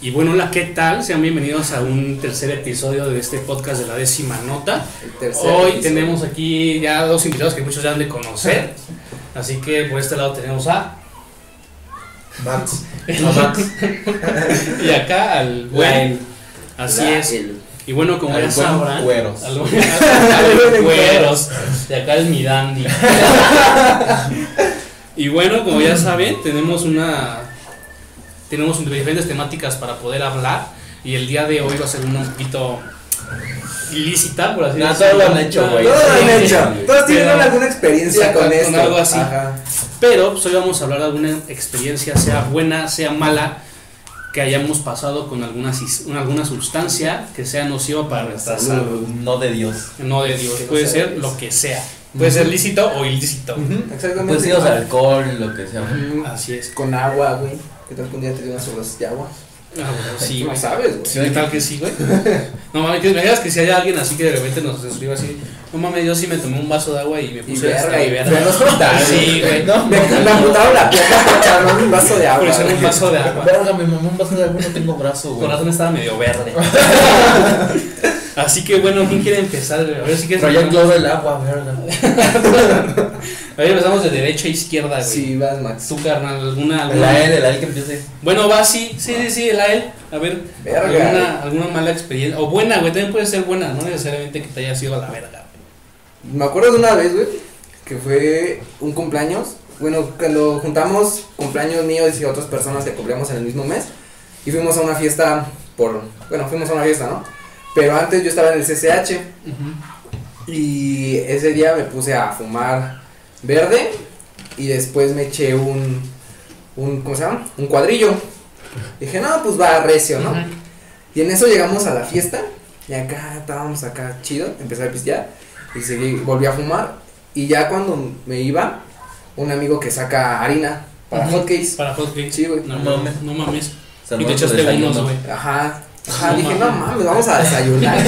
Y bueno, hola, ¿qué tal? Sean bienvenidos a un tercer episodio de este podcast de la décima nota. El tercer Hoy episodio. tenemos aquí ya dos invitados que muchos ya han de conocer. Así que por este lado tenemos a Max. y acá al buen. Así La- es. el- Y bueno, como al ya buen sabrán, Cueros. al buen- al buen cueros. Y acá el Mirandi. Y bueno, como ya saben, tenemos una tenemos un- diferentes temáticas para poder hablar y el día de hoy va a ser un poquito ilícita, por así No, decirlo. todos lo han hecho, güey. Todos lo han Sí. hecho. Todos tienen Pero- alguna experiencia Sí, con, con esto. algo así. Ajá. Pero pues, hoy vamos a hablar de alguna experiencia, sea buena, sea mala, que hayamos pasado con alguna, sis- una- alguna sustancia que sea nociva para nuestra salud. No de Dios. No de Dios, Que no puede sea ser de Dios. lo que sea. Puede ser lícito o ilícito. Exactamente. Pues sí, o sea, alcohol, lo que sea. Mm, Así es. Con agua, güey. ¿Qué tal que un día te dio unas sobras de agua? Ah, bueno, sí, Tú güey. no sabes, güey. Sí, ¿Qué tal que sí, güey? No mames, que me digas que si hay alguien así que de repente nos escriba así. No mames, yo sí me tomé un vaso de agua y me Y puse hasta verga, la y verga". verga. los hospitales. Sí, güey. No, Me, me amputaron la pierna por echarme un vaso de Por agua. eso era un güey. vaso de agua. Verga, mi mamá un vaso de agua no tengo brazo, Con güey. razón estaba medio verde. Así que bueno, ¿quién quiere empezar? güey? A ver si quieres. Traía el globo del agua, verga. A ver, empezamos de derecha a izquierda, güey. Sí, vas, Max. Tú, carnal, alguna. alguna- La E L, la L que empiece. Bueno, va, sí, sí, sí, sí, el AEL. A ver, Verga. alguna, alguna mala experiencia. O buena, güey, también puede ser buena, no necesariamente que te haya sido a la verga. Me acuerdo de una vez, güey, que fue un cumpleaños. Bueno, cuando juntamos cumpleaños míos y otras personas que cumplimos en el mismo mes. Y fuimos a una fiesta por... Bueno, fuimos a una fiesta, ¿no? Pero antes yo estaba en el CCH. güey. Y ese día me puse a fumar verde y después me eché un, un ¿cómo se llama? Un cuadrillo. Dije, no, pues va recio, ¿no? Ujú. Y en eso llegamos a la fiesta y acá estábamos acá chido, empecé a pistear y seguí, volví a fumar y ya cuando me iba, un amigo que saca harina para Ujú. hotcakes. Para hotcakes. Sí, güey. No No mames. No mames. Y Saludos te al echaste desayuno. unos, güey. Ajá. Ajá, No dije, no mames. mames, vamos a desayunar.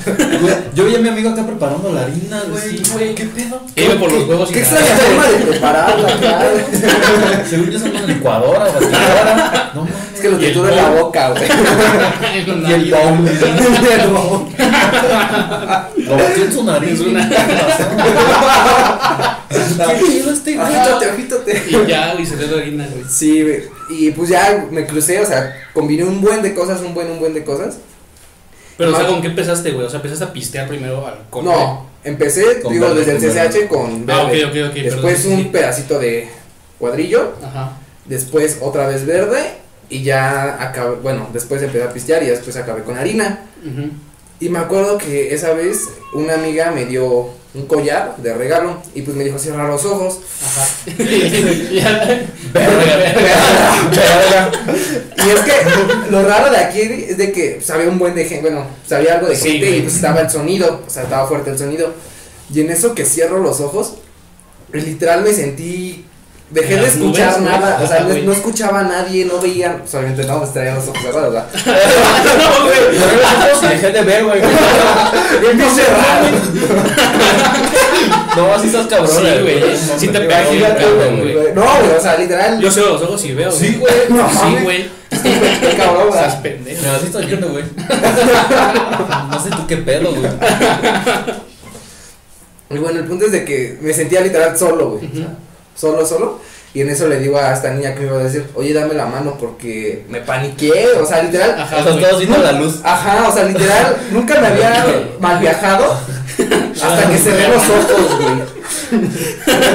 Güey, Yo vi a mi amigo acá preparando la harina, güey. Sí, güey. ¿Qué pedo? Iba por los huevos y Qué la- extraña forma de prepararla, claro. Según yo, son una licuadora o batidora. No mames. Es que lo Y el titula en la bowl. boca, güey. Con Y el la- bowl. El bowl. Lo metió en su nariz. Es güey. una- ¿Qué pedo este güey? Agítate, agítate. Y ya, güey, se te da harina, güey. Sí, güey. Y pues ya me crucé, o sea, combiné un buen de cosas, un buen, un buen de cosas. Pero, o sea, Más- ¿con qué empezaste, güey? O sea, empezaste a pistear primero al comer. No, empecé, Con digo, verde, desde el con verde. CCH con Ah, verde. ok, ok, ok, Después perdón, sí, un sí. pedacito de cuadrillo, Ajá. después otra vez verde y ya acabé, bueno, después empecé a pistear y después acabé con harina. Ujú. Y me acuerdo que esa vez una amiga me dio un collar de regalo y pues me dijo cierra los ojos. Ajá. Ya. Verga, verga. Y es que lo raro de aquí es de que sabía un buen de gente, bueno, sabía algo de Sí, gente güey. y pues estaba el sonido, o sea, estaba fuerte el sonido. Y en eso que cierro los ojos, pues, literal me sentí, dejé En de las nubes, escuchar güey. nada, o sea, Ajá, no, güey. no escuchaba a nadie, no veía, pues, obviamente no, pues traía los ojos cerrados, ¿verdad? No, güey. Y Dejé de ver, güey. Bien cerrado. No, así estás cabrón. Sí, güey. Sí te pegó, Imagínate, cabrón, güey. No, güey, o sea, literal. Yo cierro los ojos y veo. Sí, güey. no Sí, mames, güey. qué cabrón, Estás ¿verdad? pendejo. No, así estoy yendo, güey. No sé tú qué pedo, güey. Y bueno, el punto es de que me sentía literal solo, güey. o sea, solo, solo. Y en eso le digo a esta niña que me iba a decir, oye, dame la mano porque me paniqué. O sea, literal. Ajá, o sea, güey. todos viendo la luz. Ajá, o sea, literal, nunca me había mal viajado hasta que cerré los ojos, güey.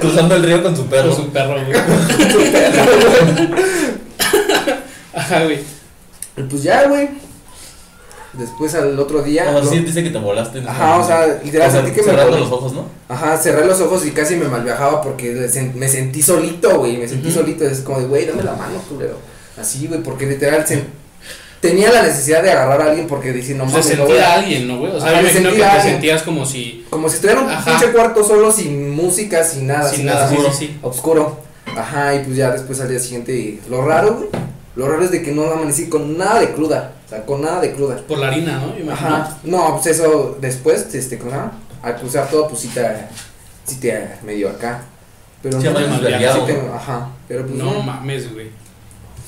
Cruzando el río con su Con perro. su perro, güey. Ajá, güey. Y pues ya, güey. Después al otro día. Como lo- así dice que te volaste. ¿no? Ajá, o sea, literal, O sea, sentí que me cerrando volé. los ojos, ¿no? Ajá, cerré los ojos y casi me mal viajaba porque le sen- me sentí solito, güey. Me sentí Ujú. solito. Es como de, güey, dame la mano, culero. Así, güey, porque literal sen- tenía la necesidad de agarrar a alguien porque decía, no O sea, mames, no, güey. sentir a alguien, ¿no, güey? O sea, Ah, me yo imagino que sentí a te alguien. sentías como si. Como si estuviera en un Ajá. pinche cuarto solo, sin música, sin nada. Sin nada, sí, seguro. sí, sí. Oscuro. Ajá, y pues ya después al día siguiente. y Lo raro, güey. Lo raro es de que no amanecí con nada de cruda. O sea, con nada de cruda. Por la harina, ¿no? Me imagino. Ajá. No, pues eso después, este, ¿cómo se llama? Al cruzar todo, pues sí te, sí te medio acá. Pero Se no, llama pues, desvergueado. sí te- Ajá. Pero pues No no. mames, güey.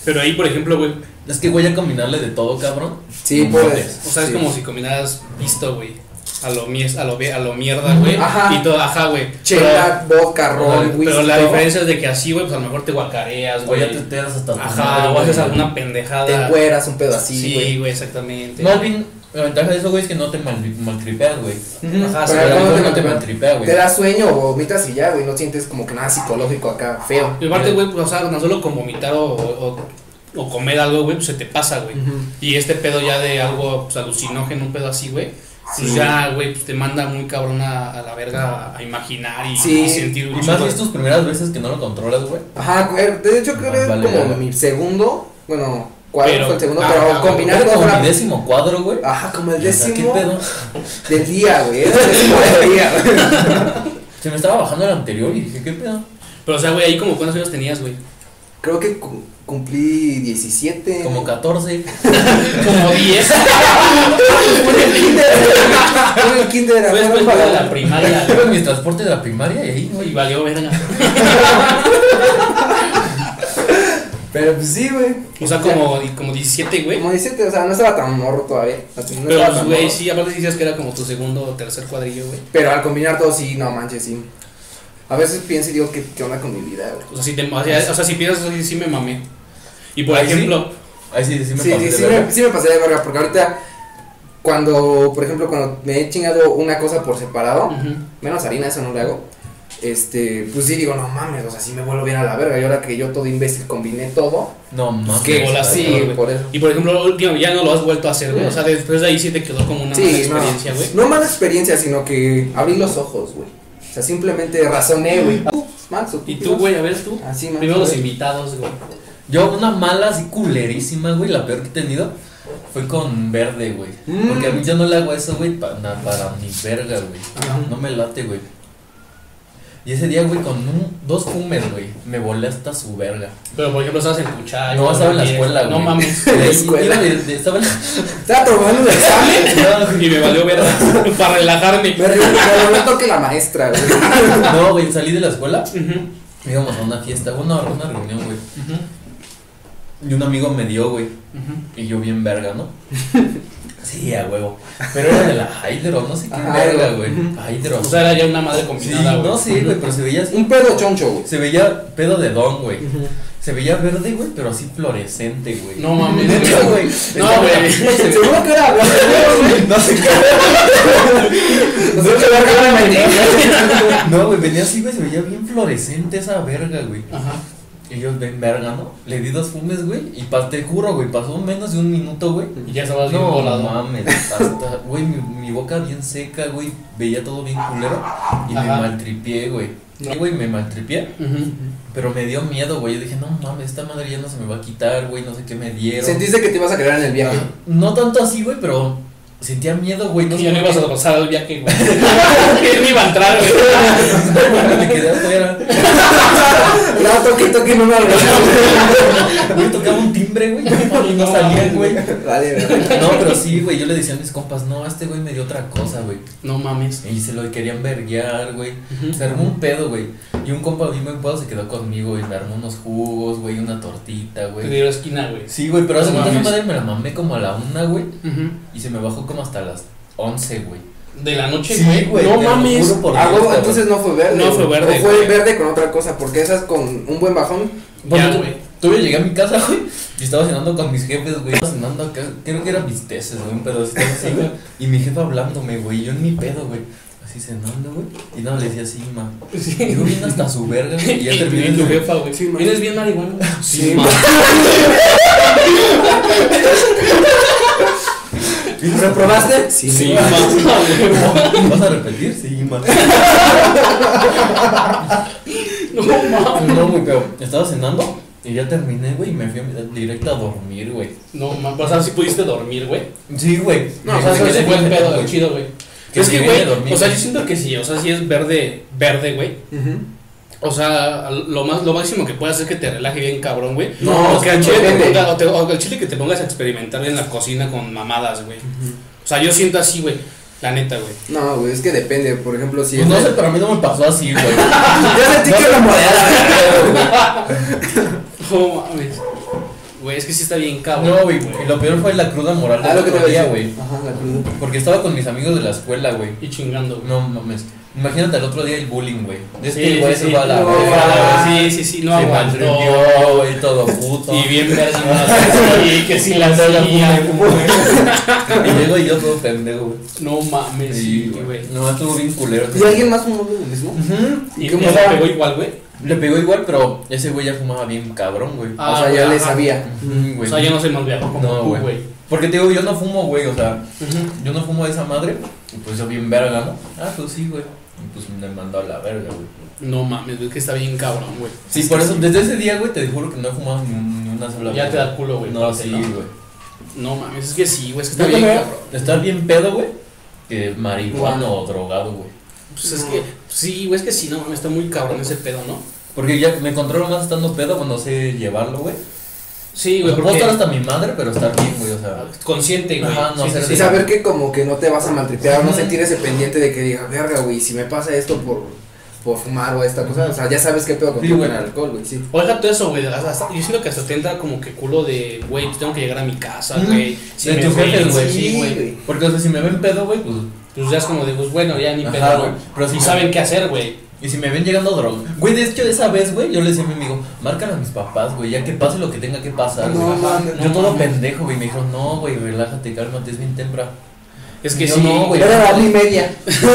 Pero ahí, por ejemplo, güey, Es que voy a combinarle de todo, cabrón. Sí, No puedes. mames. o sea, es Sí. como si combinaras visto, güey, a lo, mies, a lo, ve- a lo mierda, güey, Ajá. y todo, ajá, güey. Chela, boca, pero, ron, whisky. pero la todo. diferencia es de que así, güey, pues a lo mejor te guacareas, O ya güey. te enteras hasta tu madre, Ajá, o güey. haces alguna Te pendejada. encueras un pedo así, Sí, güey. güey, exactamente. Más bien, la ventaja de eso, güey, es que no te mal- maltripeas, güey. Ujú. Ah, Ajá, sí, Pero pero no no, te- no te maltripea, güey. Te da sueño o vomitas y ya, güey. No sientes como que nada psicológico acá, feo. Y aparte, güey, pues, o sea, tan solo con vomitar o, o, o comer algo, güey, pues se te pasa, güey. Ujú. Y este pedo ya de algo pues, alucinógeno, un pedo así, güey. Pues Sí. ya, güey, pues te manda muy cabrón a, a la verga a imaginar y, Sí. y sentir Y un más chingo bien de- es tus primeras veces que no lo controlas, güey. Ajá, güey. De hecho, creo que Ah, es vale, como vale. mi segundo. Bueno, ¿cuál Pero- fue el segundo? ah, pero ah, combinar Era todo como mi la... décimo cuadro, güey. Ajá, como el O sea, ¿Qué décimo pedo? del día, güey. Era el décimo del día, güey. Se me estaba bajando el anterior y dije, ¿qué pedo? Pero, o sea, güey, ahí como cuántos años tenías, güey. Creo que cu- cumplí 17. Como 14. Como 10. Fue en el kinder. Fue en el kinder. Fue ajá, después para- de la primaria, Iba en mis transportes de la primaria y ahí, güey, y güey. valió verga. Pero pues sí, güey. O sea, como, como 17, güey. Como 17, o sea, no estaba tan morro todavía. No Pero, pues, estaba tan güey, morro. sí, aparte decías que era como tu segundo o tercer cuadrillo, güey. Pero al combinar todo, sí, no manches, sí. A veces pienso y digo, ¿qué, qué onda con mi vida, güey? O sea, si, te, o sea, o sea, si piensas así, sí me mamé. Y por Ahí sí. ejemplo, Ahí sí, sí me Sí, pasé sí, de sí, verga. me, sí me pasé de verga, porque ahorita, cuando, por ejemplo, cuando me he chingado una cosa por separado, ujú. menos harina, eso no le hago, este, pues sí digo, no mames, o sea, sí me vuelvo bien a la verga, y ahora que yo todo imbécil combiné todo, pues, No mames. qué bola, cabrón. sí, sí, güey. por eso. y por ejemplo, último, ya no lo has vuelto a hacer, güey. O sea, después de ahí sí te quedó como una mala Sí, no, experiencia, güey. no mala experiencia, sino que abrí los ojos, güey. O sea, simplemente razoné, güey. Ah, Max, ¿o Y tú, güey, a ver tú. Así, Max. Primero los güey. invitados, güey. Yo una mala así culerísima, güey, la peor que he tenido fue con verde, güey. Mm. Porque a mí yo no le hago eso, güey, para, para mi verga, güey. Ajá. No me late, güey. Y ese día, güey, con un- dos fumes, güey, me volé hasta su verga. Pero por ejemplo, estabas en tu chat. No, estaba en la escuela, güey. No mames. De- escuela. iba de- de- estaba en la- Estaba tomando un examen. y me valió verga para relajarme. Me río, pero no toque la maestra, güey. No, güey, salí de la escuela, Ujú, ujú. íbamos a una fiesta, una, una reunión, güey. Y un amigo me dio, güey. Ujú. Y yo bien verga, ¿no? Sí, a huevo. Pero era de la Hydro, no sé qué Ajá, verga, Hydro. Ah, güey. Ujú. Hydro. O sea, era ya una madre sí, combinada, güey. no sé, güey, pero se veía así. Un pedo choncho, güey. Se veía pedo de don, güey. Se veía verde, güey, pero así fluorescente, güey. No mames. Neta, güey. No, güey. Seguro que era No sé No sé qué verga era, güey. qué. No, güey, venía así, güey, se veía bien fluorescente esa verga, güey. Ajá. Y yo, ven, verga, ¿no? Le di dos fumes, güey. Y pa- te juro, güey, pasó menos de un minuto, güey. Y ya estabas bien No volado. mames, hasta, güey, mi, mi boca bien seca, güey, veía todo bien culero y me Ajá. maltripié, güey. No. Y, güey, me maltripié, Ujú. pero me dio miedo, güey. Yo dije, no mames, esta madre ya no se me va a quitar, güey, no sé qué me dieron. Sentiste que te ibas a quedar en el viaje. No tanto así, güey, pero sentía miedo, güey. No Y sé ya no por ibas qué. a pasar al viaje, güey. Que no iba a entrar, güey. Me quedé afuera. No, toque, toque, no me Güey, tocaba un timbre, güey. y No No salía, mames, güey. Vale, güey. No, pero sí, güey, yo le decía a mis compas, no, a este güey me dio otra cosa, güey. No mames. Y se lo querían verguear, güey. Ujú. Se armó un pedo, güey. Y un compa bien buen pedo se quedó conmigo y me armó unos jugos, güey, una tortita, Te güey. dio esquina, güey. Sí, güey, pero hace No cuenta esa mames. madre me la mamé como a la una, güey. Ujú. Y se me bajó como hasta las once, güey. De la noche, Sí, güey, No te lo mames. juro por Ah, Dios, huevo, cabrón. entonces no fue verde. No fue güey. verde, O fue güey. verde con otra cosa, porque esas con un buen bajón. Ya, Bueno, tú- güey. tú yo llegué a mi casa, güey, y estaba cenando con mis jefes, güey. Estaba cenando acá, creo que eran mis tesis, güey, un pedo así, así, güey. Y mi jefa hablándome, güey, y yo en mi pedo, güey. Así cenando, güey. Y nada, le decía así, ma. Y yo vine hasta su verga, güey. Y ya terminé. Y tu güey. jefa, güey. Sí, man. ¿Eres bien marihuana? Sí, man. Y ¿Lo probaste? Sí. Sí, ma. man. ¿Vas a repetir? Sí, ma. No mames. No, güey, pero estaba cenando y ya terminé, güey, y me fui a mi- directo a dormir, güey. No mames. O sea, sí pudiste dormir, güey. Sí, güey. No, O sea, Me quedé ese fue el bien pedo, pedo, güey. güey. Chido, güey. Que Es me que, vine a güey. dormir, O sea, yo güey. siento que sí. O sea, sí es verde, verde, güey. O sea, lo, más, lo máximo que puedas es que te relaje bien cabrón, güey. No, o que al sí, chile, te depende. ponga- o te- o al chile que te pongas a experimentar en la cocina con mamadas, güey. O sea, yo siento así, güey. La neta, güey. No, güey, es que depende. Por ejemplo, si. Pues no sé, pero a mí no me pasó así, güey. Ya sentí que lo moré a la verga, güey. No mames. güey, es que sí está bien cabrón. No, Ah, güey, y lo peor fue la cruda moral Ah, del lo que te otro veía, día, güey. Ajá, la cruda. Porque estaba con mis amigos de la escuela, güey. Y chingando, güey. No mames. Imagínate al otro día el bullying, güey. De Sí, Este güey sí, se sí. va a la No, verga, güey. Sí, sí, sí, no se aguantó. maltrepió, güey, todo puto. Y bien verga. Y que si la Andaba hacía. Y llego y yo todo pendejo, güey. No mames, sí, güey. No, estuvo bien culero. este ¿Y alguien más fumó lo mismo? Ujú. Y ¿Qué cómo mola? le pegó igual, güey. Le pegó igual, pero ese güey ya fumaba bien cabrón, güey. Ah, o sea, güey, ya le ajá. sabía. Ujú, O güey. sea, yo no soy más viejo como No, tú, güey. güey. Porque te digo, yo no fumo, güey, o sea, yo no fumo de esa madre. Y pues yo bien verga, ¿no? Ah, pues sí, güey. Y pues me mandó a la verga, güey. No mames, es que está bien cabrón, güey. Sí, por eso, desde ese día, güey, te juro que no he fumado ni, un- ni una sola Ya vez. te da culo, güey. No, aparte, sí, ¿no? güey. No mames, es que sí, güey, es que Yo está bien creo cabrón. Estar bien pedo, güey, que marihuana o drogado, güey. Pues es que, sí, güey, es que sí, no mames, está muy cabrón ese pedo, ¿no? Porque ya me controlo más estando pedo cuando sé llevarlo, güey. Sí, O güey, sea, Puedo porque Ah, estar hasta mi madre, pero estar bien, güey, o sea. consciente, güey. Ajá, no, Sí, o sea, sí, Y sí. saber que como que no te vas a maltripear, no Ujú. sentir ese pendiente de que diga, verga, güey, si me pasa esto por, por fumar o esta cosa, o sea, ya sabes qué pedo con Sí, tu güey. con el alcohol, güey, sí. O deja todo eso, güey. hasta- hasta- Yo siento que hasta te entra como que culo de, güey, pues tengo que llegar a mi casa, Mm. güey. Si De me tus ven, jefes, güey, Sí, güey. Porque, o sea, si me ven pedo, güey, pues. Pues ya es como de, pues bueno, ya ni Ajá, pedo, güey, ¿no? pero sí y me- saben qué hacer, güey. Y si me ven llegando droga. Güey, de hecho, esa vez, güey, yo le decía a mi amigo, márcale a mis papás, güey, ya que pase lo que tenga que pasar, No güey. mames. yo todo pendejo, güey, me dijo, no, güey, relájate, cálmate, es bien temprano. Es que Yo sí, no, güey. Era la una y media. sí,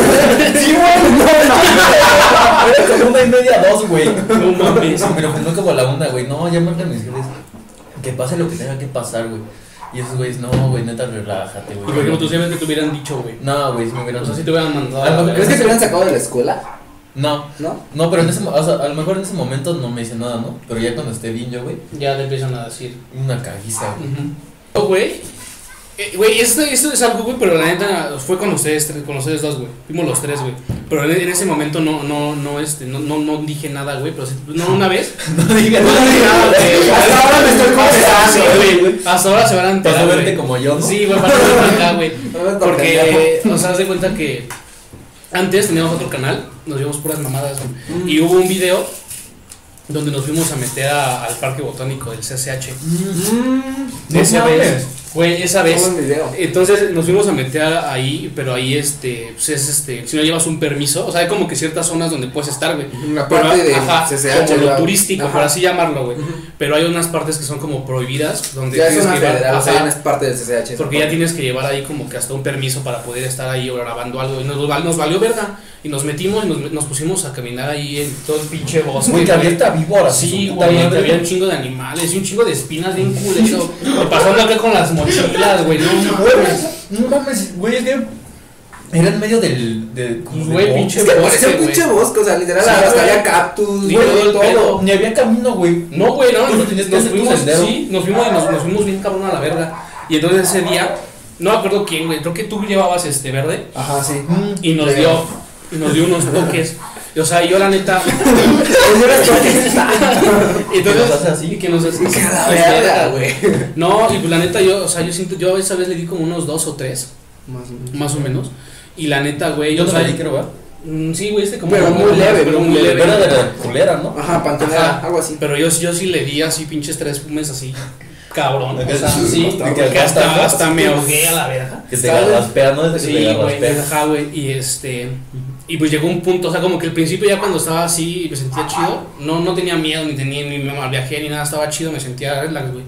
güey, no, no. Era como una y media, dos, güey. No mames. Me lo mandó como a la una, güey. No, ya marcan mis jefes. Que pase lo que tenga que pasar, güey. Y esos güeyes, no, güey, neta, relájate, Y por ejemplo, tus güey. jefes que te hubieran dicho, güey. No, güey, si me O hubieran. sea, si te hubieran mandado. Ah, no, a la ¿Crees que verga. te hubieran sacado de la escuela? No, ¿No? no, pero en ese, mo- o sea, a lo mejor en ese momento no me dice nada, ¿no? Pero ya cuando esté bien yo, güey, Ya te empiezan a decir. una caguiza, Ah. güey. Ujú. Güey. eh, Güey, esto, esto es algo, güey, pero la neta fue con ustedes, tres- con ustedes dos, güey. Fuimos los tres, güey. Pero en, en ese momento no, no, no, este, no, no, no dije nada, güey. Pero sí- no una vez. No digas No dije nada, güey. Hasta ahora me estoy confesando, Sí, güey. Hasta ahora se van a Para enterar, verte güey. como yo, ¿no? Sí, güey, para verme acá, güey. Para verte Porque, o sea, haz de cuenta que antes teníamos otro canal, nos vimos puras mamadas, güey. Y hubo un video donde nos fuimos a meter a- al parque botánico del CCH. No esa mames. vez, güey, esa Todo vez. el video. Entonces nos fuimos a meter ahí, pero ahí este, pues es este, si no llevas un permiso, o sea, hay como que ciertas zonas donde puedes estar, güey. La Pero, parte de ajá, CCH, como lo la- turístico, ajá. por así llamarlo, güey. Pero hay unas partes que son como prohibidas, donde Ya es tienes una que llevar- federal, o sea, ajá, ya no es parte del CCH. porque ya tienes que llevar ahí como que hasta un permiso para poder estar ahí o grabando algo. Y nos, val- nos valió verga. Y nos metimos y nos, nos pusimos a caminar ahí en todo el pinche bosque. Güey, que güey. abierta víbora. Sí, su puta güey, que madre. había un chingo de animales y un chingo de espinas bien culero. Y pasando acá con las mochilas, güey, no mames. No mames, güey, es que era en medio del. De, como Pues, de güey, bosque. pinche Es que parecía bosque, un pinche güey. bosque, o sea, literal, Sí, hasta güey. había cactus, Ni güey, todo el pedo. todo. Ni había camino, güey. No, güey, no, Tú nos, tenías que nos hacer tu fuimos, sendero. sí, nos fuimos y nos, nos fuimos bien cabrón a la verga. Y entonces ese día, no me acuerdo quién, güey, creo que tú llevabas este verde Ajá, sí. Mm, y nos dio, y nos dio unos toques. Y, o sea, yo la neta, entonces, Que nos hace así. y que nos hace- Que a la Pues, verga, güey. No, y pues la neta, yo, o sea, yo siento, yo esa vez le di como unos dos o tres, Más o menos. más o menos. Y la neta, güey, Yo o no sea, sabía que era, Mm, Sí, güey, este como. Pero muy leve, pero ¿no? muy leve. Era de la culera, ¿no? Ajá, pantonera, Ajá. algo así. Pero yo, yo sí le di así pinches tres fumes así, cabrón. De O que- sea, de sí, que de que hasta- hasta, hasta me ahogué a la verga. Que te ¿Sabes? garraspean, ¿no? Desde que Sí, te güey, garraspean. ajá, güey, y este, y pues llegó un punto, o sea, como que al principio ya cuando estaba así y me sentía chido, no, no tenía miedo, ni tenía, ni me mal viajé, ni nada, estaba chido, me sentía relax, güey,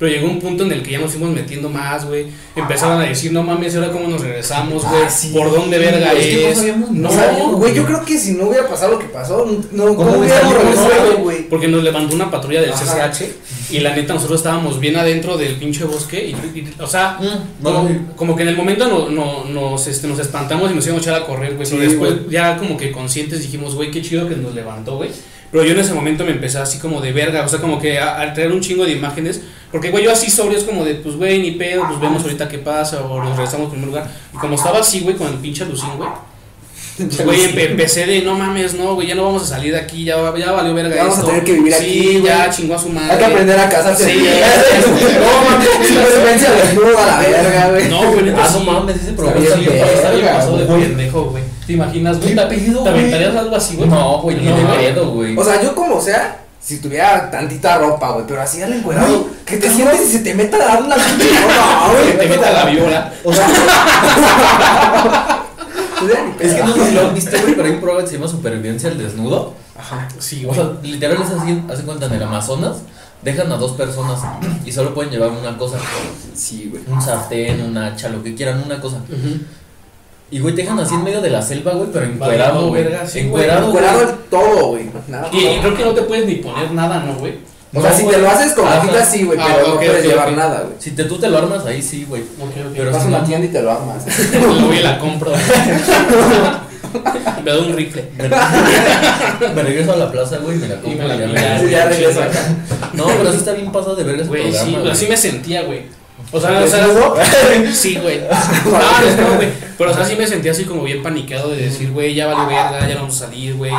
pero llegó un punto en el que ya nos fuimos metiendo más, güey, empezaban a decir, no mames, ahora cómo nos regresamos, güey, Ah, sí. por dónde verga Es que no es, sabíamos No, no, o sea, güey, yo creo que si no hubiera pasado lo que pasó, no, ¿Cómo ¿cómo hubiéramos hubiera regresado, regresado, güey? Porque nos levantó una patrulla del Ajá. CCH y la neta nosotros estábamos bien adentro del pinche bosque y, y- o sea, Mm, no, como, güey. como que en el momento no, no- nos, este, nos espantamos y nos íbamos a echar a correr, güey. Pero Sí, después ya como que conscientes dijimos, güey, qué chido que nos levantó, güey. Pero yo en ese momento me empecé así como de verga, o sea, como que a- al traer un chingo de imágenes, porque güey, yo así sobrio es como de, pues güey, ni pedo, pues vemos ahorita qué pasa, o nos regresamos a primer lugar. Y como estaba así, güey, con el pinche alucín, güey, pues, güey, empe- empecé de, no mames, no, güey, ya no vamos a salir de aquí, ya, va- ya valió verga Ya vamos a esto". tener que vivir Sí, aquí, ya güey. chingó a su madre. Hay que aprender a casarse. Sí, no mames, supervivencia desnuda a la verga, güey. No, güey, neta, Ah, no sí. mames, ese programa Está está bien bien verga, Está bien pasado de pasado, güey. pendejo, güey. ¿Te imaginas, güey? ¿Qué ¿Te pedo, te güey? aventarías algo así, güey? No, güey, ni No, de güey. pedo, güey. O sea, yo como sea, si tuviera tantita ropa, güey, pero así al encuerado, Güey, que te cabrón. sientes y se te meta la una pinche ropa, Que güey. te meta la viola. O sea, Pues ya ni pedo. es que no sé si lo han visto, güey, pero hay un programa que se llama Supervivencia al Desnudo. Ajá. Sí, O güey. sea, literal es así, hacen cuenta en el Amazonas, dejan a dos personas y solo pueden llevar una cosa, Sí, güey. un sartén, un hacha, lo que quieran, una cosa. Ujú. Y güey, te dejan así en medio de la selva, güey, pero Valiendo encuerado, güey. verga, sí, güey. encuerado, güey. Encuerado el todo, güey. Nada, Y, y todo. creo que no te puedes ni poner nada, ¿no, güey? O sea, No, si güey. te lo haces con Ajá. gatita, sí, güey, Ah, pero no ok, puedes ok, llevar ok. nada, güey. Si te, tú te lo armas ahí, sí, güey. Ok, ok. Pero Vas a si una no- tienda y te lo armas. Lo voy y la compro. me da un rifle. Me, me regreso a la plaza, güey, me la Y compro. me la y ya me- ya, Sí, ya güey, regreso sí, acá. No, pero sí está bien pasado de verga ese Güey, programa, sí, güey. pero así me sentía, güey. O sea, o ¿Desnudo? sea, sí, güey. No, no, no, güey. Pero o sea, sí me sentía así como bien paniqueado de decir, güey, ya vale verga, ya no vamos a salir, güey.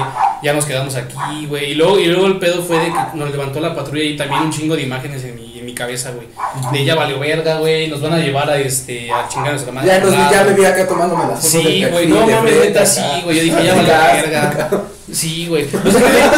Ya nos quedamos aquí, güey. Y luego, y luego el pedo fue de que nos levantó la patrulla y también un chingo de imágenes en mi, en mi cabeza, güey. De ya valió verga, güey. Nos van a llevar a este a chingar a nuestra madre. Ya, entonces Ah, ya me vi acá tomándome las fotos Sí, güey, del perfil, no de mames, frente, neta, acá. sí, güey. Yo dije, ya vale Acá, verga. Sí, güey. O sea,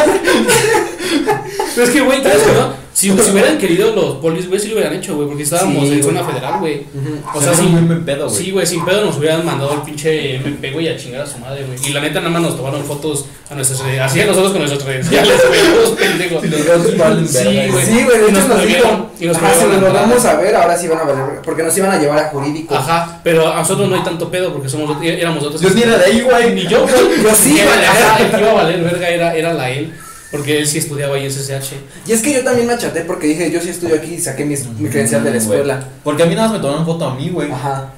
Pero es que, güey, ¿sabes qué, no? Si, si hubieran querido los polis, güey, sí lo hubieran hecho, güey, porque estábamos Sí, en güey. zona federal, güey. Ujú. O sea, sí, sin, muy me pedo, güey. sí, güey, sin pedo nos hubieran mandado el pinche MP, güey, a chingar a su madre, güey. Y la neta, nada más nos tomaron fotos a nuestras redes. Así a nosotros con nuestras redes. Ya les güey, todos pendejos. Y los gatos valen Sí, verga, güey. Sí, güey, Y de hecho nos nos dijo. prohibieron, y nos Ajá, si prohibieron nos lo entrar. vamos a ver, ahora sí van a ver. Porque nos iban a llevar a jurídico. Ajá, pero a nosotros no hay tanto pedo porque somos, é- éramos otros. Yo ni era de ahí, güey. Ni yo, güey. Yo sí, Ni era- güey. ajá, El que iba a valer verga era, era la él, porque él sí estudiaba ahí en CCH. Y es que yo también me achaté porque dije, yo sí estudio aquí y saqué mis, mi credencial de la Mm, güey. escuela. Porque a mí nada más me tomaron foto a mí, güey. Ajá.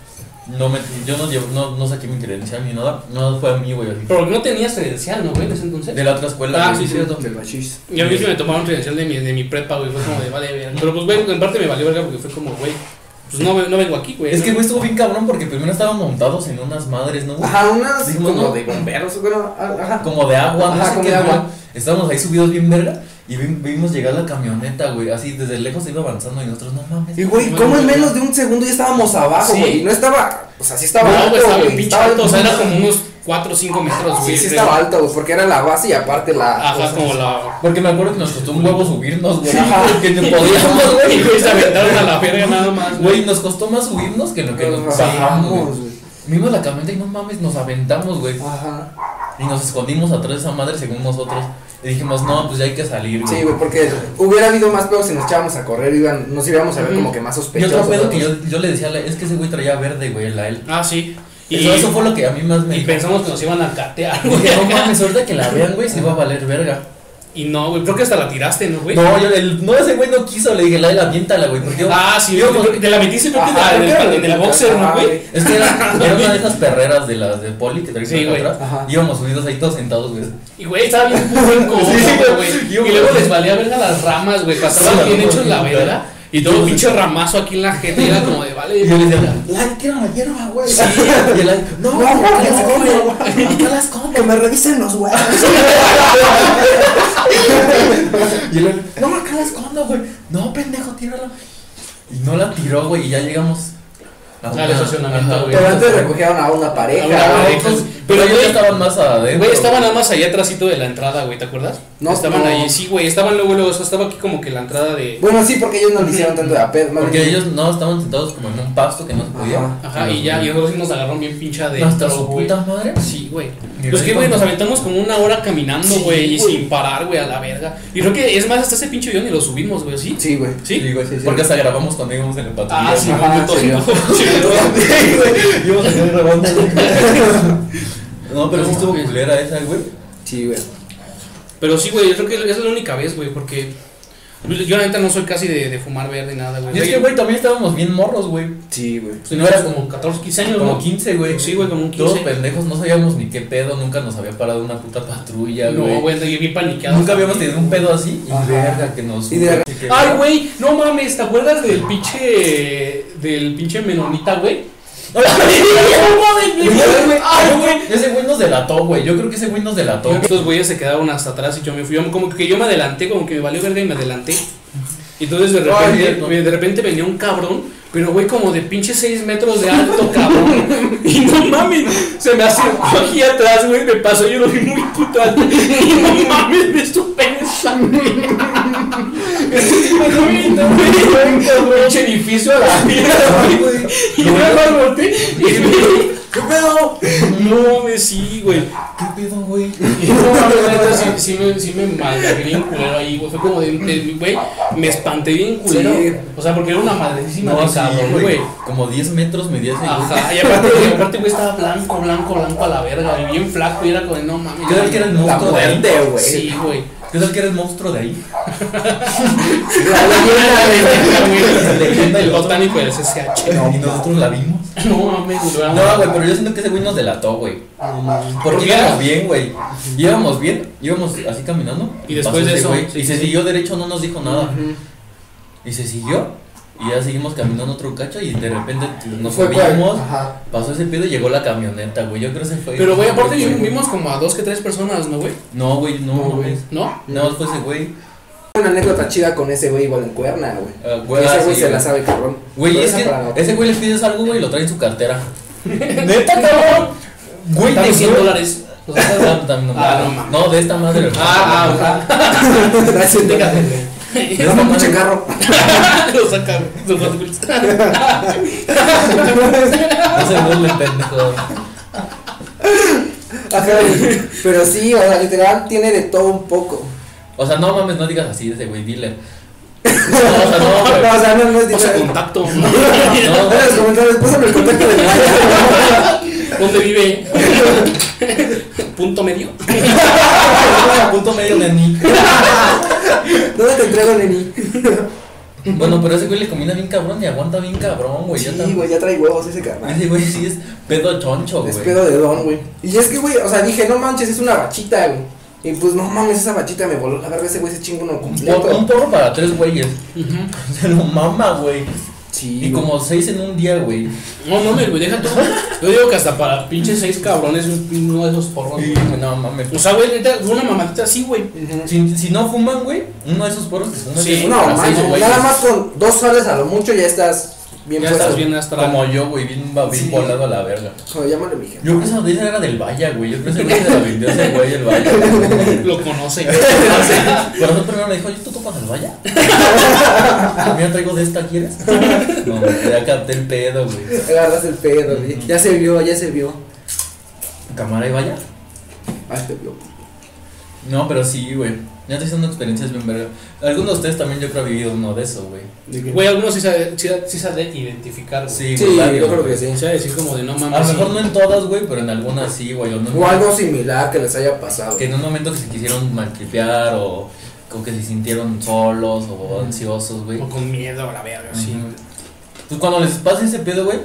No me, yo no, llevo- no, no saqué mi credencial ni nada. No fue a mí, güey. así. Pero no tenías credencial, ¿no, güey, en ese entonces? De la otra escuela. Ah, güey. sí, cierto. Del bachis. Y a mí sí me tomaron credencial de mi, de mi prepa, güey, fue como de vale verga. Pero pues, güey, en parte me valió verga porque fue como, güey, pues no, no vengo aquí, güey. Es que, ¿no? güey, estuvo bien cabrón porque primero estaban montados en unas madres, ¿no? güey? Ajá, unas Dijimos, como ¿no? de bomberos, bueno, a- ajá. Como de agua, no Ajá, sé como qué, de güey. agua. Estábamos ahí subidos bien verga y vi- vimos llegar la camioneta, güey. Así desde lejos iba avanzando y nosotros, no mames. Y güey, ¿cómo en menos de un segundo ya estábamos abajo, Sí. güey? Y No estaba, o sea, sí estaba No, alto, güey, estaba güey, bien pinche estaba- alto, o sea, era como unos 4 o 5 metros, güey. Sí, sí creo. estaba alto, güey, porque era la base y aparte la... pues, Ajá, como la. Porque me acuerdo que nos costó un huevo subirnos, güey. Ajá. Porque no podíamos, güey. Y, güey, se aventaron a la verga nada más, Güey, nos costó más subirnos que lo que nos Nos bajamos. bajamos, güey. güey. Vimos la camioneta y no mames, nos aventamos, güey. Ajá. Y nos escondimos atrás de esa madre según nosotros. Y dijimos, no, pues ya hay que salir, güey. Sí, güey, porque hubiera habido más pedo si nos echábamos a correr, iban, nos íbamos a ver Ujú. como que más y sospechosos. otro pedo que ¿no? yo, yo le decía, a la- es que ese güey traía verde, güey, la él. Ah, sí. Y, Eso, eso fue lo que a mí más me. y pensamos que nos iban a catear, güey. Dije, no mames, ahorita que la vean, güey, se va a valer verga. Y no, güey, creo que hasta la tiraste, ¿no, güey? No, yo, el- no, ese güey no quiso, le dije, la de la aviéntala, güey. Porque yo- Ah, sí, yo, güey, te la metiste creo que en Ajá, el- creo que en la el boxer, ¿no, metiste, ajá, güey? Es que era, era una de esas perreras de las de poli que traían Sí, acá güey. atrás. Ajá. Íbamos subidos ahí todos sentados, güey. Y, güey, estaba bien puto Sí, sí, güey. güey. Y luego les valía verga las ramas, güey. Pasaban Sí, bien güey, hechos la güey. verga. Y todo un pinche ramazo aquí en la gente. Y era como de, vale. Y yo le decía, la tira la hierba, güey. Y él, no, No, güey, acá las no, come, acá las come. Que me revisen los huevos. Y él, no, acá la escondo, güey. No, pendejo, tírala. Y no la tiró, güey, y ya llegamos Al una- estacionamiento, ajá. güey. Pero antes recogieron a una pareja. A Pero, una pareja. otros- Pero, pero ellos güey, ya estaban más adentro. Güey, estaban nada más allá atrásito de la entrada, güey, ¿te acuerdas? No, Estaban no. ahí, sí, güey, estaban luego, luego, o sea, estaba aquí como que la entrada de... Bueno, sí, porque ellos no le hicieron tanto de apel. más Porque bien- ellos no estaban sentados como en un pasto que no se podía. Ajá. Ajá, y ya, y nosotros sí nos agarraron bien pincha de... No, hasta su güey. puta madre. Sí, güey. Ni Pues que, rico, güey, ¿no? nos aventamos como una hora caminando, Sí, güey, y güey. sin parar, güey, a la verga. Y creo que, es más, hasta ese pinche video ni lo subimos, güey, ¿sí? Sí, güey. ¿Sí? Sí, güey, sí, sí. Porque hasta grabamos cuando íbamos en el patrullero. Ah, sí, güey. güey, Ajá, me tocó. sí, Sí, güey. Íbamos en el rebonde. No, pero No, sí estuvo mames. culera esa, güey. Sí, güey. Pero sí, güey, yo creo que esa es la única vez, güey, porque... Yo, la neta, no soy casi de, de fumar verde, nada, güey. Y es que, güey, también estábamos bien morros, güey. Sí, güey. Pues no eras como 14, 15 años, Como ¿no? 15, güey. Sí, güey, como un Todos 15. pendejos, no sabíamos ni qué pedo, nunca nos había parado una puta patrulla, No, güey. güey, yo bien paniqueado. Nunca habíamos tenido un pedo así. Y Ajá. verga que nos. Y de- que- Ay, güey, no mames, ¿te acuerdas del pinche. del pinche menonita, güey? Güey, ese güey- Ay, güey. Ese güey nos delató, güey. Yo creo que ese güey nos delató. Estos güeyes se quedaron hasta atrás y yo me fui. Yo como que yo me adelanté, como que me valió verga y me adelanté. Y entonces de Ay, repente, mierda. de repente venía un cabrón, pero güey, como de pinche 6 metros de alto, cabrón. Y no mames, se me acercó aquí atrás, güey, me pasó, yo lo vi muy puto alto. Y no mames, me estupé Un pinche edificio a la mierda, güey. Y yo mejor volteé y vi. ¿Qué pedo? No, me sí, güey. ¿Qué pedo, güey? Y no, mames, la neta, sí, sí me, sí me malgré bien culero ahí, güey. Fue como de, de- güey, me espanté bien culero. Sí. O sea, porque era una madrecísima No, de sí, cabrón, güey. güey. Como 10 metros medía ese güey. Ajá, y aparte, güey, aparte, güey, estaba blanco, blanco, blanco a la verga, y bien flaco, y era como, de, no mames. ¿Qué tal que era el La monstruo de ahí? muerte, güey. Sí, güey. ¿Qué tal que era el monstruo de ahí? La leyenda de- Leyenda del El otro. botánico del CCH. y nosotros la vimos. No mames, güey. era No, una- güey, pero yo siento que ese güey nos delató, güey. No mames. Porque Porque íbamos era- bien, güey. Íbamos bien, íbamos así caminando. Y después pasó de ese eso, güey, sí, y se sí. siguió derecho, no nos dijo nada. Ujú. Y se siguió. Y ya seguimos caminando otro cacho y de repente nos Fue cual. subimos. Ajá. Pasó ese pedo y llegó la camioneta, güey. Yo creo que se fue. Pero, güey, aparte Fue- vimos como a dos que tres personas, ¿no, güey? No, güey, No, no, no, güey. güey. ¿No? Nada más fue ese güey. eh, Una anécdota chida con ese güey igual en cuerna, güey. Ah, güey, ah, Ese güey sí, se la sabe, cabrón. Güey, Pero es esa que para- ese güey le pides algo, güey, y lo trae en su cartera. ¡Neta, cabrón! Güey, Dame de 100 dólares. O sea, está- Ah, también no, Ah, no mames. mames. No, de esta madre. Ah, ah, ah. Gracias, Téngate, güey. Me da mucho carro. Lo saca, lo saca. No se burle, pendejo. Ajá, güey. Pero sí, o sea, literal tiene de todo un poco. O sea, no mames, no digas así de ese güey, dile. No, o sea, no, güey. No, o sea, no, no es O sea, diferente. contacto. No, Ahora los comentarios, pásame el contacto de ¿Dónde vive? Punto medio. güey, punto medio de ni. ¿Dónde te entrego, Neni? Bueno, pero ese güey le combina bien cabrón y aguanta bien cabrón, güey. ya Sí, tam- güey, ya trae huevos ese carnal. Ese güey sí es pedo choncho, Es güey. pedo de don, güey. Y es que, güey, o sea, dije, no manches, es una bachita, güey. Y pues, no mames, esa bachita me voló la verga, ese güey se chingo uno Un por- Un completo. porro para tres güeyes. Se lo mama, güey. Sí, Y güey. como seis en un día, güey. No, no, güey, deja tú. Yo digo que hasta para pinches seis cabrones un- uno de esos porros. Y, güey. No mames. Pues, O sea, güey, neta, una mamadita así, güey. Ujú. Si, si no fuman, güey, uno de esos poros que fuman Sí, que No, para seis mames, güeyes. nada más con dos soles a lo mucho ya estás bien Ya puesto. estás bien hasta Como yo, güey, bien, bien Sí. volado a la verga. O sea, llámale, mija. Yo creo que esa botella era del Valla, güey. Yo creo que ese güey se la vendió a ese güey el Valla. güey. Lo conoce. Por eso primero me dijo, ¿yo tú tomas el Valla? Mira, traigo de esta, ¿quieres? No, ya capté el pedo, güey. Agarras el pedo, güey. Ya se vio, ya se vio. ¿Cámara y Valla? Ay, se este vio. No, pero sí, güey. Ya estoy haciendo experiencias bien verga. Algunos de ustedes también yo creo que han vivido uno de esos, güey. Güey, algunos sí sabe, sí, sí sabe identificar, güey. Sí, Sí, varios, yo creo güey. que sí. O sea, decir como de no mames. A lo sí. mejor no en todas, güey, pero en algunas sí, güey. o no en O algo similar que les haya pasado. Que en un momento que se quisieron maltripear o como que se sintieron solos o ansiosos, güey. O con miedo a la verga, sí. Ujú. Pues cuando les pasa ese pedo, güey,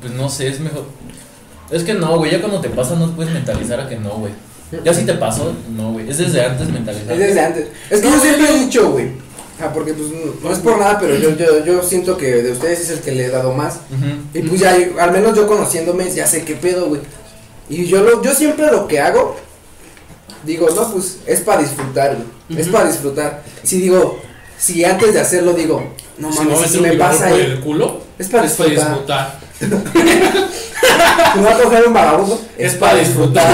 pues no sé, es mejor. Es que no, güey, ya cuando te pasa no puedes mentalizar a que no, güey. Ya si te pasó, no, güey. Es desde antes mentalizar. Es desde antes. Es que yo siempre he dicho, güey. Ah, porque pues no no es por nada, pero yo, yo, yo siento que de ustedes es el que le he dado más. Ujú. Y pues ya, al menos yo conociéndome, ya sé qué pedo, güey. Y yo, lo, yo siempre lo que hago, digo, no, pues es para disfrutar, güey. Es Ujú. para disfrutar. Si digo, si antes de hacerlo digo, no Si no mames, meter si, un me vibrador pasa por ahí, el culo, es para es para disfrutar. disfrutar. Si me va a coger un vagabundo, Es para disfrutar.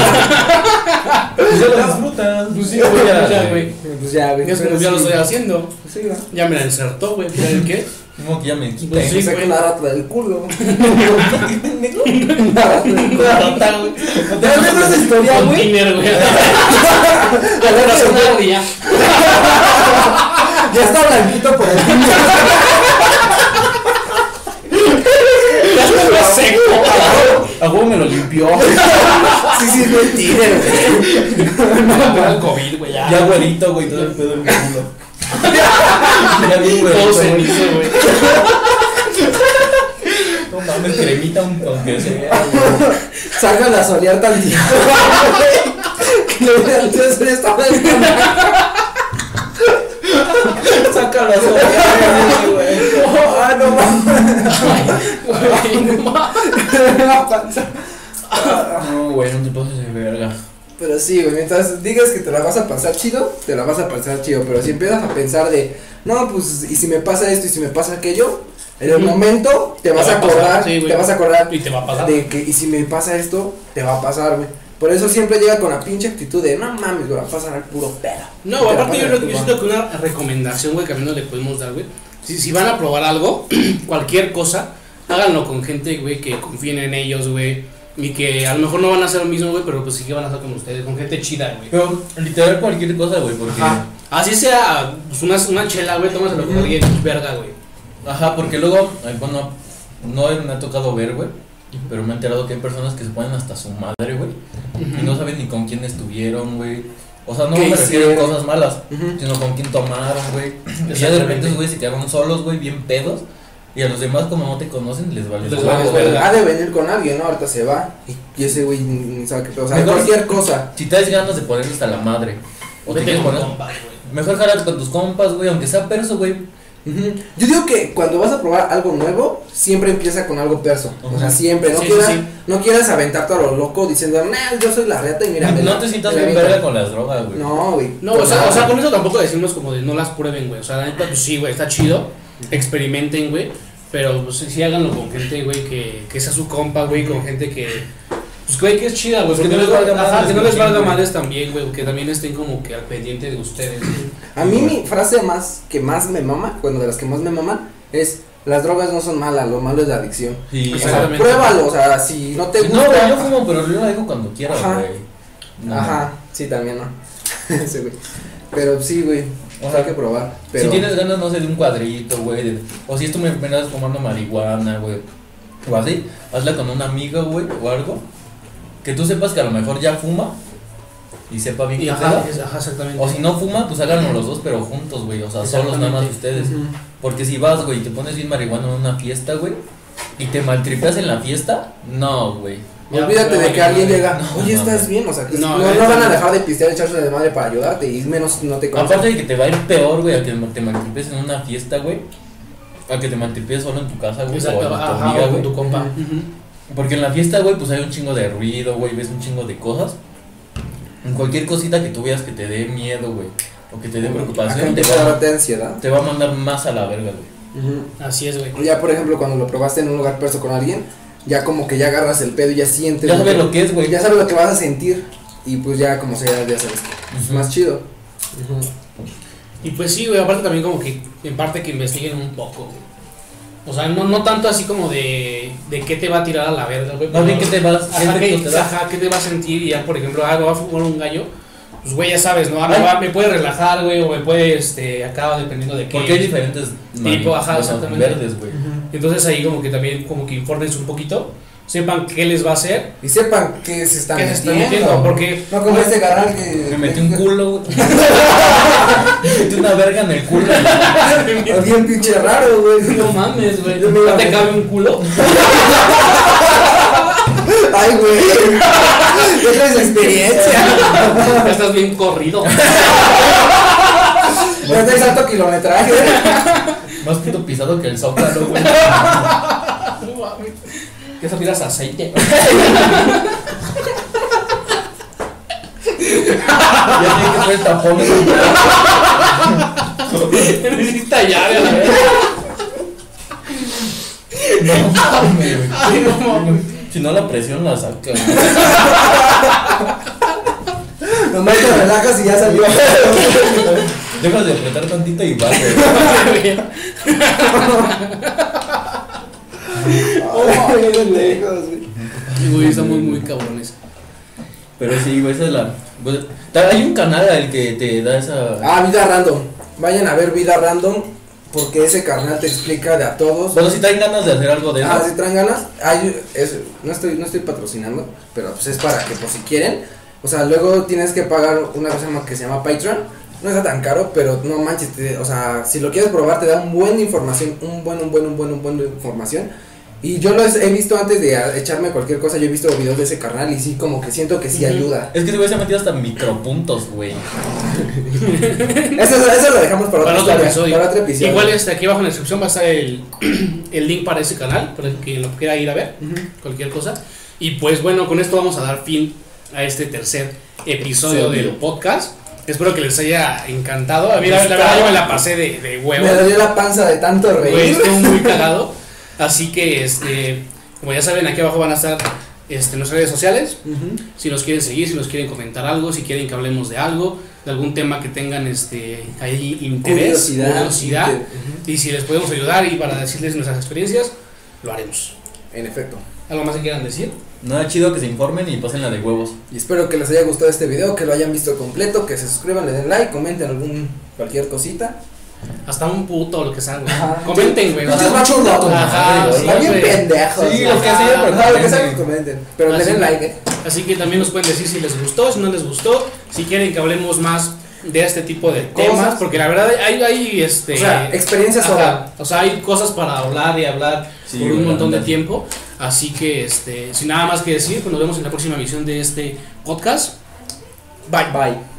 Pues ya lo disfrutas. Pues sí, güey, ya, ya, güey. Pues ya, güey. Ya es pero como ya lo sí. estoy haciendo. Sí, güey. Ya me la insertó, güey. ¿Ya el qué? Como que ya me quita. Pues Me sí, saca güey. la rata del culo. No rata, güey. No te- Pero no es historia, Con güey. Tinder, güey. La Con rata razón, del culo. güey, ya. Ya está blanquito por el culo. Ya estuve seco. A huevo me lo limpió. Sí, sí, es mentira, güey. Me el COVID, güey. Ya. Ya güerito, güey, todo el pedo en mi culo. Ya bien Todo güerito, güey. cenizo, güey. No mames, cremita un- aunque sea. güey. Sácala a solear tantito. Que le voy a hacer esta vez. Sácalo a solear, güey. Ah, no mames. Güey, no mames. La panza. No, güey, no te pases de verga. Pero sí, güey, mientras digas que te la vas a pasar chido, te la vas a pasar chido. Pero si empiezas a pensar de, no, pues, y si me pasa esto y si me pasa aquello, en el Ujú. momento te vas va a a pasar, acordar, sí, güey. te vas a acordar Y te va a pasar. de que, y si me pasa esto, te va a pasar, güey. Por eso siempre llega con la pinche actitud de no mames, güey, la pasan al puro pedo. No, Y te la aparte yo, pasan creo al que- yo puro- siento que una recomendación, güey, que a menos le podemos dar, güey. Si, si van a probar algo, cualquier cosa, háganlo con gente, güey, que confíen en ellos, güey. Y que a lo mejor no van a hacer lo mismo, güey, pero pues sí que van a hacer con ustedes, con gente chida, güey. Pero literal cualquier cosa, güey, porque. Ajá. Ajá. Así sea, pues una, una chela, güey, tómaselo con Ujú. alguien, pues, verga, güey. porque luego, ay, bueno, no me ha tocado ver, güey. Pero me he enterado que hay personas que se ponen hasta su madre, güey. Y no saben ni con quién estuvieron, güey. O sea, no ¿Qué me refiero a hicieron? cosas malas, Ujú. sino con quién tomaron, güey. Y ya de repente, güey, se quedaron solos, güey, bien pedos. Y a los demás, como no te conocen, les vale. Les huevo, vale, güey. verga. Ha de venir con alguien, ¿no? Ahorita se va. Y ese güey ni ni sabe qué pedo. O sea, Mejor- cualquier cosa. Si te das ganas de ponerle hasta la madre. O te Vete quieres con poner. compas, güey. Mejor jalarte con tus compas, güey, aunque sea perso, güey. Ujú. Yo digo que cuando vas a probar algo nuevo, siempre empieza con algo perso. O sea, Ujú. siempre. No, Sí, sí, quieras, sí. no quieras aventarte a lo loco diciendo, nah, yo soy la reta y mira. me la- No te sientas me la bien aviento". verga con las drogas, güey. No, güey. No, con o sea, nada. o sea, con eso tampoco decimos como de no las prueben, güey. O sea, la neta, pues sí, güey, está chido. Experimenten, güey. Pero pues sí, sí háganlo con gente, güey, que, que sea su compa, güey, con gente que. Pues güey, que es chida, güey. Que Porque no no les les valga valga, ajá, madres, que no les güey, valga güey. madres también, güey. Que también estén como que al pendiente de ustedes, güey. A mí mi frase más que más me mama, bueno, de las que más me maman, es las drogas no son malas, lo malo es la adicción. Sí, O sea, Exactamente. pruébalo, o sea, si no te No, gusta. güey, yo fumo, pero yo lo dejo cuando quiera, Ajá. güey. No, Ajá, sí también no. Ese güey. Pero sí, güey. O hay sea, que probar. Pero Si tienes ganas, no sé, de un cuadrito, güey. de- O si es tu primera vez fumando marihuana, güey. O así, hazla con una amiga, güey, o algo. Que tú sepas que a lo mejor ya fuma y sepa bien Y qué ajá, pedo. es- ajá, exactamente. O si no fuma, pues háganlo los dos, pero juntos, güey. O sea, solos nada más ustedes. Ujú. Porque si vas, güey, y te pones bien marihuana en una fiesta, güey, y te maltripeas en la fiesta, no, güey. Ya, Olvídate no, de güey, que alguien no, llega, no, oye, no, estás no. bien, o sea, que No, no, no eh, van a no. dejar de pistear y echarse de madre para ayudarte y menos no te conocen. Aparte de que te va a ir peor, güey, a que te maltripees en una fiesta, güey. A que te maltripees solo en tu casa, güey, o en Exacto, tu ajá, amiga, o con güey. tu compa. Ujú. Ujú. Porque en la fiesta, güey, pues hay un chingo de ruido, güey, ves un chingo de cosas. En cualquier cosita que tú veas que te dé miedo, güey, o que te dé Acá preocupación, te empieza a va, darte ansiedad. te va a mandar más a la verga, güey. Ujú. Así es, güey. Ya, por ejemplo, cuando lo probaste en un lugar perso con alguien, ya como que ya agarras el pedo y ya sientes. Ya sabes lo que es, güey. Ya sabes lo que vas a sentir. Y pues ya, como sea, ya sabes. Es Ujú. más chido. Y pues sí, güey, aparte también como que en parte que investiguen un poco, güey. O sea, no, no tanto así como de, de qué te va a tirar a la verga, güey. Más bien pero- que te vas, Ajá, siempre ¿qué, que te das. ajá, ¿qué te va a sentir? Y ya, por ejemplo, ah, va a fumar un gallo. Pues, güey, ya sabes, ¿no? Ah, me, Ay. va- me puede relajar, güey, o me puede, este, acaba dependiendo de qué. Porque hay diferentes mari- ajá, bueno, exactamente. verdes, güey. Entonces ahí como que también, como que infórmense un poquito, sepan qué les va a hacer, Y sepan que se están qué se metiendo. están metiendo, porque... No como ese garral que. Me metí un culo, güey. Me metí una verga en el culo. Bien pinche raro, güey. No mames, güey, Yo me iba ¿no a te meter. cabe un culo? Ay, güey. Esa es experiencia. Ya estás bien corrido. No es de alto kilometraje. Más puto pisado que el zócalo, güey. ¿Qué eso tiras aceite? Ya tiene que ser tapón. güey. Necesitas llave, a la verga. No mames, güey. Ah, Ay, no mames. Si no la presión la saca. güey. Nomás te relajas y ya salió. Dejas de apretar tantito y vas, güey. Ay, qué lejos, güey. Y, Güey, estamos muy cabrones. Pero sí, güey, esa es la. güey, ta- Hay un canal al que te da esa. Ah, vida random. Vayan a ver vida random porque ese carnal te explica de a todos. Bueno, si te dan ganas de hacer algo de eso. Ah, si traen ganas, hay- es- no, estoy, no estoy patrocinando, pero pues es para que por si quieren. O sea, luego tienes que pagar una cosa más que se llama Patreon. No está tan caro, pero no manches, te- o sea, si lo quieres probar te da un buen de información, un buen, un buen, un buen, un buen de información. Y yo lo he visto antes de a- echarme cualquier cosa, yo he visto videos de ese carnal y sí, como que siento que sí Ujú. ayuda. Es que se hubiese metido hasta micropuntos, güey. Eso, eso lo dejamos para, Para otro otra historia, episodio. para otro episodio. Igual este, aquí abajo en la descripción va a estar el, el link para ese canal, para el que lo quiera ir a ver, cualquier cosa. Y pues bueno, con esto vamos a dar fin a este tercer episodio Episodio. del podcast. Espero que les haya encantado. A mí la, la Gustavo. verdad yo me la pasé de, de huevo. Me dolió la panza de tanto Güey, reír. estuvo muy cagado. Así que, este, como ya saben, aquí abajo van a estar este, en nuestras redes sociales. Ujú. Si nos quieren seguir, si nos quieren comentar algo, si quieren que hablemos de algo, de algún tema que tengan este, ahí interés, Curiosidad. curiosidad, inter- ujú. y si les podemos ayudar y para decirles nuestras experiencias, lo haremos. En efecto. ¿Algo más que quieran decir? Nada chido que se informen y pasen la de huevos. Y espero que les haya gustado este video, que lo hayan visto completo, que se suscriban, le den like, comenten algún cualquier cosita. Hasta un puto o lo que sea, güey. Ajá. Comenten, güey. Pinches machulotos, Ajá, Ah, madre, güey. sí, Están bien güey. pendejos. Sí, güey. lo que sea, Ajá, pero lo que sea, comenten. comenten. Pero le Así. den like, eh. Así que también nos pueden decir si les gustó, si no les gustó, si quieren que hablemos más de este tipo de Cosas. temas, porque la verdad hay, hay este... O sea, experiencias ajá, ahora. o sea, hay cosas para hablar y hablar Sí, por güey, un la montón de neta. tiempo. Así que, este, sin nada más que decir, pues nos vemos en la próxima emisión de este podcast. Bye. Bye.